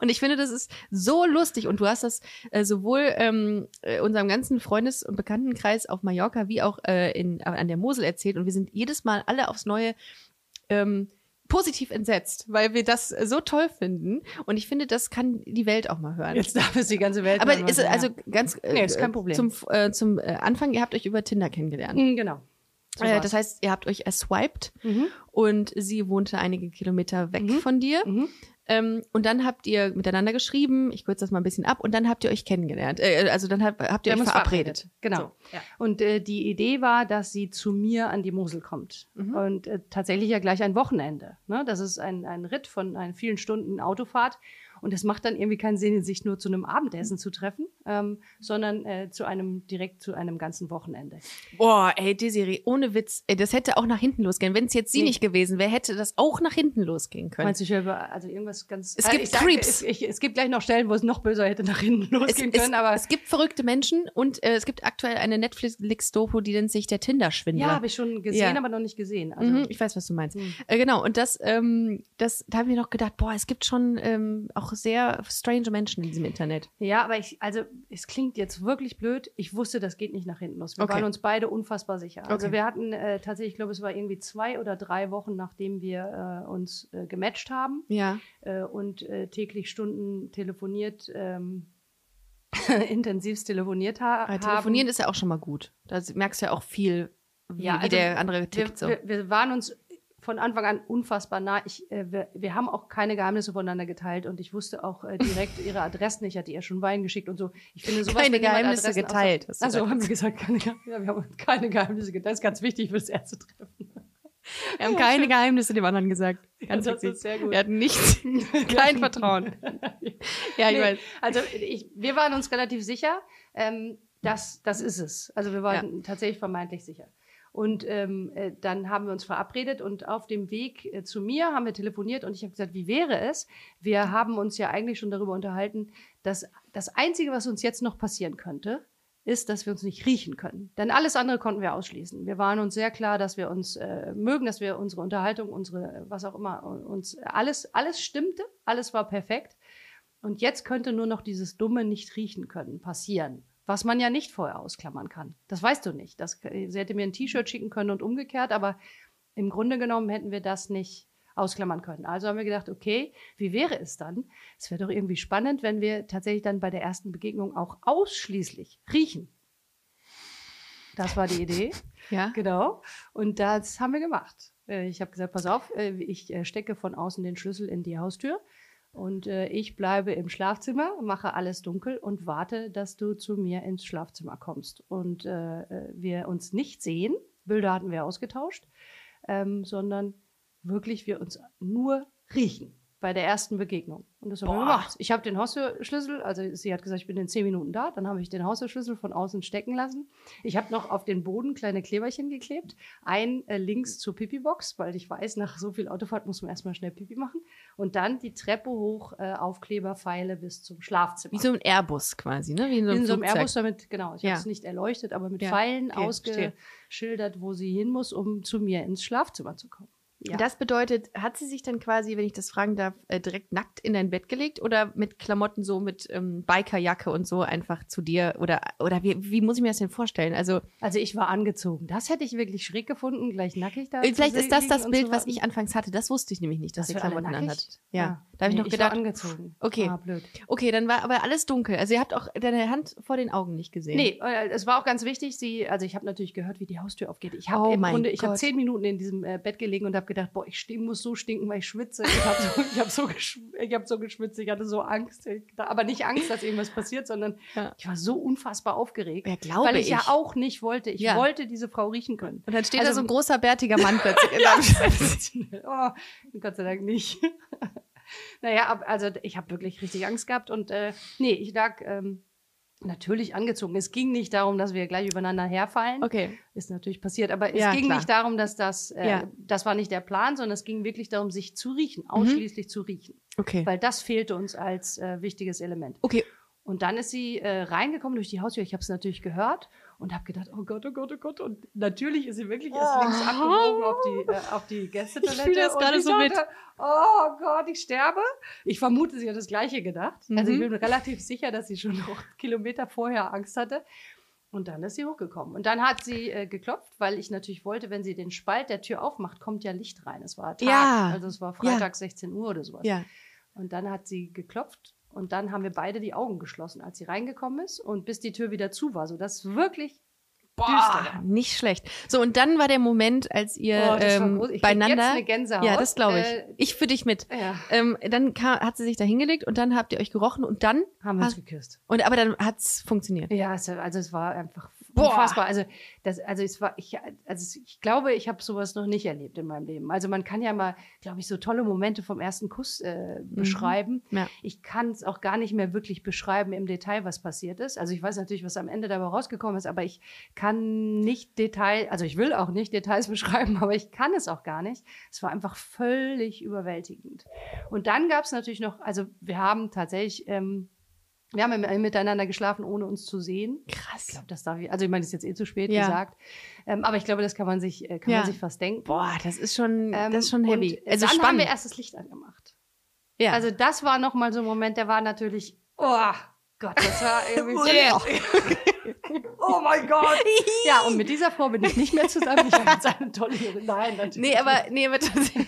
Und ich finde, das ist so lustig. Und du hast das äh, sowohl ähm, äh, unserem ganzen Freundes- und Bekanntenkreis auf Mallorca wie auch äh, in, äh, an der Mosel erzählt. Und wir sind jedes Mal alle aufs Neue ähm, positiv entsetzt, weil wir das äh, so toll finden. Und ich finde, das kann die Welt auch mal hören.
Jetzt darf es die ganze Welt.
Aber
mal
ist,
hören,
also
ja.
ganz äh,
Nee, ist kein Problem.
zum, äh, zum äh, Anfang, ihr habt euch über Tinder kennengelernt.
Mhm, genau. So
äh,
war's.
das heißt, ihr habt euch erswiped
mhm.
und sie wohnte einige Kilometer weg
Mhm.
von dir.
Mhm.
Ähm, und dann habt ihr miteinander geschrieben, ich kürze das mal ein bisschen ab, und dann habt ihr euch kennengelernt. Äh, also dann habt, habt ihr
Wir haben
euch
uns
verabredet.
Genau. Und äh, die Idee war, dass sie zu mir an die Mosel kommt.
Mhm.
Und äh, tatsächlich ja gleich ein Wochenende. Ne? Das ist ein, ein Ritt von ein, vielen Stunden Autofahrt. Und es macht dann irgendwie keinen Sinn, sich nur zu einem Abendessen zu treffen, ähm, sondern äh, zu einem direkt zu einem ganzen Wochenende.
Boah, ey, Desiree, ohne Witz, ey, das hätte auch nach hinten losgehen. Wenn es jetzt sie
Nee.
nicht gewesen wäre, hätte das auch nach hinten losgehen können.
Meinst du, ich höre also irgendwas ganz.
Es
also
gibt
ich sag,
Creeps.
Es, ich, es gibt gleich noch Stellen, wo es noch böser hätte nach hinten
es,
losgehen
es,
können, aber.
es gibt verrückte Menschen und äh, es gibt aktuell eine Netflix-Doku, die nennt sich der Tinder-Schwindler.
ja, habe ich schon gesehen,
Ja.
aber noch nicht gesehen. Also,
mhm, ich weiß, was du meinst.
Mhm.
Äh, genau, und das, ähm, das, da haben wir noch gedacht, boah, es gibt schon ähm, auch sehr strange Menschen in diesem Internet.
Ja, aber ich, also es klingt jetzt wirklich blöd. Ich wusste, das geht nicht nach hinten los. Wir
Okay.
waren uns beide unfassbar sicher. Also
Okay.
wir hatten äh, tatsächlich, ich glaube, es war irgendwie zwei oder drei Wochen, nachdem wir äh, uns äh, gematcht haben
Ja.
äh, und äh, täglich Stunden telefoniert, ähm, <laughs> intensivst telefoniert ha
Aber
haben.
Äh, telefonieren ist ja auch schon mal gut. Da merkst du ja auch viel, wie,
Ja,
wie
also
der andere
wir,
tickt so.
wir, wir waren uns von Anfang an unfassbar nah. Ich, äh, wir, wir haben auch keine Geheimnisse voneinander geteilt und ich wusste auch äh,
<laughs>
direkt ihre Adressen. Ich hatte ihr schon Wein geschickt und so. Ich finde sowas,
Keine
wenn jemand
Geheimnisse
Adressen
geteilt, hast
Außer,
du
also
gesagt.
haben wir gesagt, keine, Ge- ja, wir haben keine Geheimnisse geteilt. Das ist ganz wichtig für das erste Treffen.
Wir haben <laughs> keine Geheimnisse dem anderen gesagt. Ganz
das ist
witzig.
sehr gut.
<laughs> Wir hatten nichts, kein <laughs> Vertrauen. <laughs> Ja, ich
Nee,
weiß.
Also ich, wir waren uns relativ sicher, ähm, das, das ist es. Also wir waren tatsächlich vermeintlich sicher. Und ähm, äh, dann haben wir uns verabredet und auf dem Weg äh, zu mir haben wir telefoniert und ich habe gesagt, wie wäre es? Wir haben uns ja eigentlich schon darüber unterhalten, dass das Einzige, was uns jetzt noch passieren könnte, ist, dass wir uns nicht riechen können. Denn alles andere konnten wir ausschließen. Wir waren uns sehr klar, dass wir uns äh, mögen, dass wir unsere Unterhaltung, unsere, äh, was auch immer, u- uns alles, alles stimmte, alles war perfekt. Und jetzt könnte nur noch dieses dumme nicht riechen können passieren, was man ja nicht vorher ausklammern kann. Das weißt du nicht. Das, äh, sie hätte mir ein T-Shirt schicken können und umgekehrt, aber im Grunde genommen hätten wir das nicht ausklammern können. Also haben wir gedacht, okay, wie wäre es dann? Es wäre doch irgendwie spannend, wenn wir tatsächlich dann bei der ersten Begegnung auch ausschließlich riechen. Das war die Idee.
Ja.
Genau. Und das haben wir gemacht. Äh, Ich habe gesagt, pass auf, äh, ich äh, stecke von außen den Schlüssel in die Haustür und äh, ich bleibe im Schlafzimmer, mache alles dunkel und warte, dass du zu mir ins Schlafzimmer kommst. Und äh, äh, wir uns nicht sehen, Bilder hatten wir ausgetauscht, ähm, sondern wirklich wir uns nur riechen. bei der ersten Begegnung. Und das haben wir
Boah.
gemacht. Ich habe den Haustürschlüssel, also sie hat gesagt, ich bin in zehn Minuten da. Dann habe ich den Haustürschlüssel von außen stecken lassen. Ich habe noch auf den Boden kleine Kleberchen geklebt. Ein äh, links zur Pipi-Box, weil ich weiß, nach so viel Autofahrt muss man erstmal schnell Pipi machen. Und dann die Treppe hoch, äh, Aufkleberpfeile bis zum Schlafzimmer.
Wie so ein Airbus quasi, ne? Wie
In so einem
Flugzeug.
Airbus damit, genau, ich
Ja.
habe es nicht erleuchtet, aber mit
Ja,
Pfeilen
okay,
ausgeschildert, wo sie hin muss, um zu mir ins Schlafzimmer zu kommen. Ja.
Das bedeutet, hat sie sich dann quasi, wenn ich das fragen darf, äh, direkt nackt in dein Bett gelegt oder mit Klamotten so, mit ähm, Bikerjacke und so einfach zu dir? Oder, oder wie, wie muss ich mir das denn vorstellen? Also,
Also ich war angezogen. Das hätte ich wirklich schräg gefunden, gleich nackig da.
äh,
zu
vielleicht ist das
liegen
das
und
Bild,
zu
was
warten.
ich anfangs hatte. Das wusste ich nämlich nicht, dass
Dass
sie
wir alle
Klamotten
nackig?
anhat. Ja. Da habe ich
Nee,
noch
war
gedacht,
angezogen.
okay.
Ah, blöd.
okay, dann war aber alles dunkel. Also, ihr habt auch deine Hand vor den Augen nicht gesehen.
Nee, äh, es war auch ganz wichtig, sie, also ich habe natürlich gehört, wie die Haustür aufgeht. Ich habe
Oh
im
mein
Grunde, ich habe
Gott.
zehn Minuten in diesem äh, Bett gelegen und habe gedacht, boah, ich steh, muss so stinken, weil ich schwitze. Ich habe so, ich hab so, gesch ich hab so geschwitzt, ich hatte so Angst. Ich, aber nicht Angst, dass irgendwas passiert, sondern
Ja.
ich war so unfassbar aufgeregt.
Ja, glaube
Weil ich, ja
ich.
auch nicht wollte. Ich
Ja.
wollte diese Frau riechen können.
Und dann steht da
Also-
so ein großer, bärtiger Mann plötzlich. in <laughs> deinem-
<laughs> oh, Gott sei Dank nicht. <laughs> naja, ab, also ich habe wirklich richtig Angst gehabt und äh, nee, ich lag ähm, natürlich angezogen. Es ging nicht darum, dass wir gleich übereinander herfallen.
okay.
Ist natürlich passiert, aber es
Ja,
ging
klar.
nicht darum, dass das, äh,
Ja. Mhm.
das war nicht der Plan, sondern es ging wirklich darum, sich zu riechen, ausschließlich zu riechen,
Okay.
weil das fehlte uns als äh, wichtiges Element.
Okay,
Und dann ist sie äh, reingekommen durch die Haustür. Ich habe es natürlich gehört und habe gedacht, oh Gott, oh Gott, oh Gott. Und natürlich ist sie wirklich erst
Oh.
links abgewogen auf die, äh, auf die Gästetoilette.
Ich fühl das
Und
gerade
ich
so
dachte,
mit.
Oh Gott, ich sterbe. Ich vermute, sie hat das Gleiche gedacht. Also ich
Mhm.
bin mir relativ sicher, dass sie schon noch <laughs> Kilometer vorher Angst hatte. Und dann ist sie hochgekommen. Und dann hat sie äh, geklopft, weil ich natürlich wollte, wenn sie den Spalt der Tür aufmacht, kommt ja Licht rein. Es war Tag,
Ja.
also es war
Ja.
Freitag 16 Uhr oder sowas.
ja.
Und dann hat sie geklopft und dann haben wir beide die Augen geschlossen, als sie reingekommen ist und bis die Tür wieder zu war, sodass wirklich düster
Boah,
war.
nicht schlecht. So, und dann war der Moment, als ihr
Oh, das war
ähm,
groß. Ich krieg jetzt
beieinander.
eine Gänsehaut.
ja, das glaube ich.
Äh,
ich für dich mit.
ja,
Ähm, dann kam, hat sie sich da hingelegt und dann habt ihr euch gerochen und dann
haben wir uns
Hast-
geküsst.
und aber dann hat's funktioniert.
Ja, es, also es war einfach
Boah.
unfassbar. Also, das, also, es war, ich, also ich glaube, ich habe sowas noch nicht erlebt in meinem Leben. Also man kann ja mal, glaube ich, so tolle Momente vom ersten Kuss äh,
Mhm.
beschreiben.
Ja.
Ich kann es auch gar nicht mehr wirklich beschreiben im Detail, was passiert ist. Also ich weiß natürlich, was am Ende dabei rausgekommen ist, aber ich kann nicht Detail, also ich will auch nicht Details <laughs> beschreiben, aber ich kann es auch gar nicht. Es war einfach völlig überwältigend. Und dann gab es natürlich noch, also wir haben tatsächlich, ähm, wir haben im- äh, miteinander geschlafen, ohne uns zu sehen. Ich
Krass.
glaube, das darf ich. Also ich meine, das ist jetzt eh zu spät
Ja.
gesagt. Ähm, aber ich glaube, das kann man sich, äh, kann
Ja.
man sich fast denken.
Boah, das ist schon,
Ähm,
das ist schon heavy.
Und
Also
dann haben wir
spannend.
erst das Licht angemacht.
ja.
Also das war nochmal so ein Moment, der war natürlich, oh Gott, das
<laughs>
war irgendwie so. <laughs> oh mein Gott. Ja, und mit dieser Frau bin ich nicht mehr zusammen. Ich habe jetzt eine tolle Nein, natürlich.
nee, aber nee, aber tatsächlich.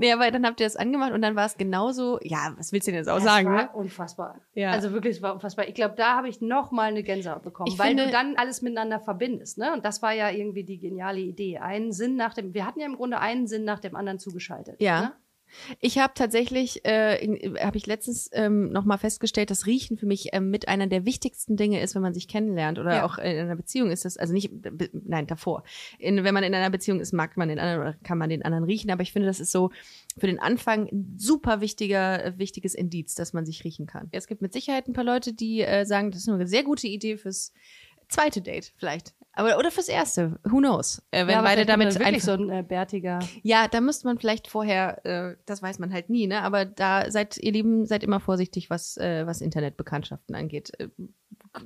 nee, aber dann habt ihr das angemacht und dann war es genauso. Ja, was willst du denn jetzt auch
Das
sagen?
war
Ne?
unfassbar.
Ja.
Also wirklich, es war unfassbar. Ich glaube, da habe ich noch mal eine Gänsehaut bekommen,
Ich
weil
finde-
du dann alles miteinander verbindest. Ne? Und das war ja irgendwie die geniale Idee. Einen Sinn nach dem, wir hatten ja im Grunde einen Sinn nach dem anderen zugeschaltet.
Ja.
Ne?
Ich habe tatsächlich, äh, habe ich letztens ähm, nochmal festgestellt, dass Riechen für mich ähm, mit einer der wichtigsten Dinge ist, wenn man sich kennenlernt oder
Ja.
auch in einer Beziehung ist das, also nicht, be- nein, davor. In, wenn man in einer Beziehung ist, mag man den anderen oder kann man den anderen riechen, aber ich finde, das ist so für den Anfang ein super wichtiger, äh, wichtiges Indiz, dass man sich riechen kann. Es gibt mit Sicherheit ein paar Leute, die äh, sagen, das ist eine sehr gute Idee fürs zweite Date vielleicht. Aber, oder fürs erste, who knows? Äh, wenn
Ja, aber
beide
vielleicht kommt
damit
dann wirklich
einfach
so ein äh, bärtiger.
ja, da müsste man vielleicht vorher, äh, das weiß man halt nie, ne? Aber da seid ihr Lieben, seid immer vorsichtig, was, äh, was Internetbekanntschaften angeht. Äh,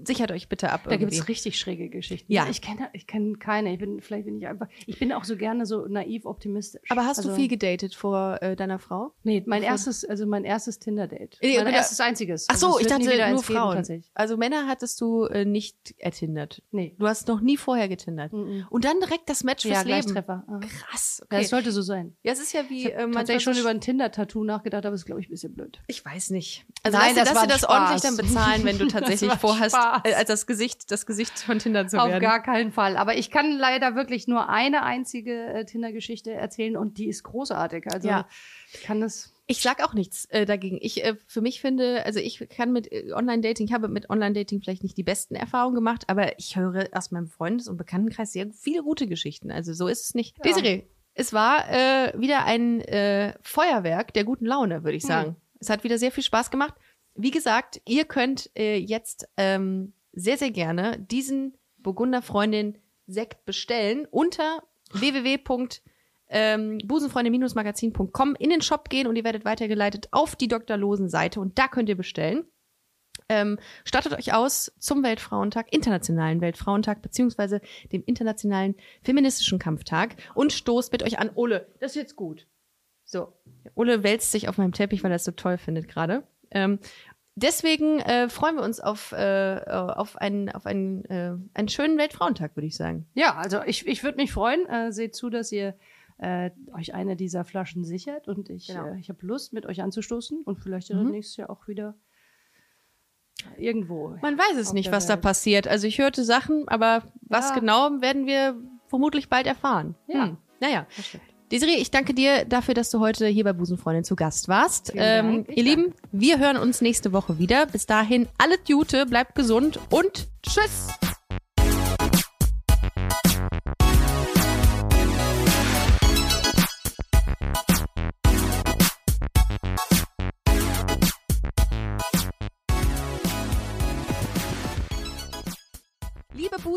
sichert euch bitte ab.
Da gibt
irgendwie.
es richtig schräge Geschichten.
Ja.
Ich kenne ich kenn keine. Ich bin, vielleicht bin ich einfach, ich bin auch so gerne so naiv optimistisch.
Aber hast
also,
du viel gedatet vor äh, deiner Frau?
Nee, mein
Wovon?
erstes, also mein erstes Tinder-Date.
Ja,
mein
genau.
erstes einziges. Also
Ach so,
es
ich
wird nie wieder
dachte nur
eins geben,
Frauen.
tatsächlich.
also Männer hattest du äh, nicht ertindert.
nee.
Du hast noch nie vorher getindert.
Mhm.
Und dann direkt das Match
Ja,
fürs Leben.
Gleichtreffer. Ah.
Krass.
Ja,
Okay.
es sollte so sein.
Ja, es ist ja wie
Ich
äh,
habe
manchmal
tatsächlich schon
so-
über ein Tinder-Tattoo nachgedacht, aber ist, glaube ich, ein bisschen blöd.
Ich weiß nicht. Also
Nein,
lass,
das war
dir- lass
ein
dir das ordentlich
Spaß.
dann bezahlen, wenn du
<laughs> Das
tatsächlich
war ein
vorhast,
Spaß.
äh, als das Gesicht, das Gesicht von Tindern zu
Auf
werden.
gar keinen Fall. Aber ich kann leider wirklich nur eine einzige äh, Tinder-Geschichte erzählen und die ist großartig. Also
Ja.
ich kann das.
Ich sag auch nichts äh, dagegen. Ich äh, für mich finde, also ich kann mit äh, Online-Dating, ich habe mit Online-Dating vielleicht nicht die besten Erfahrungen gemacht, aber ich höre aus meinem Freundes- und Bekanntenkreis sehr viele gute Geschichten. Also so ist es nicht.
Ja.
Desiree, Es war äh, wieder ein äh, Feuerwerk der guten Laune, würde ich sagen. Es hat wieder sehr viel Spaß gemacht. Wie gesagt, ihr könnt äh, jetzt ähm, sehr, sehr gerne diesen Burgunder Freundin Sekt bestellen unter ähm, www.busenfreunde-magazin.com in den Shop gehen und ihr werdet weitergeleitet auf die Dr. Losen Seite und da könnt ihr bestellen. Ähm, startet euch aus zum Weltfrauentag, Internationalen Weltfrauentag, beziehungsweise dem Internationalen Feministischen Kampftag und stoßt mit euch an. Ole, das ist jetzt gut. So, Ole wälzt sich auf meinem Teppich, weil er es so toll findet gerade. Ähm, deswegen äh, freuen wir uns auf, äh, auf, einen, auf einen, äh, einen schönen Weltfrauentag, würde ich sagen.
Ja, also ich, ich würde mich freuen. Äh, seht zu, dass ihr äh, euch eine dieser Flaschen sichert und ich,
Genau.
äh, ich habe Lust, mit euch anzustoßen und vielleicht
Mhm.
nächstes Jahr auch wieder irgendwo.
Man weiß es
Auf
nicht,
der
was da
Welt.
passiert. Also ich hörte Sachen, aber was
Ja.
genau werden wir vermutlich bald erfahren.
Ja.
Hm. Naja.
Das stimmt.
Desiree, ich danke dir dafür, dass du heute hier bei Busenfreundin zu Gast warst.
Vielen
Ähm,
Dank. Ich
ihr Lieben, wir hören uns nächste Woche wieder. Bis dahin, alle Jute, bleibt gesund und tschüss! Liebe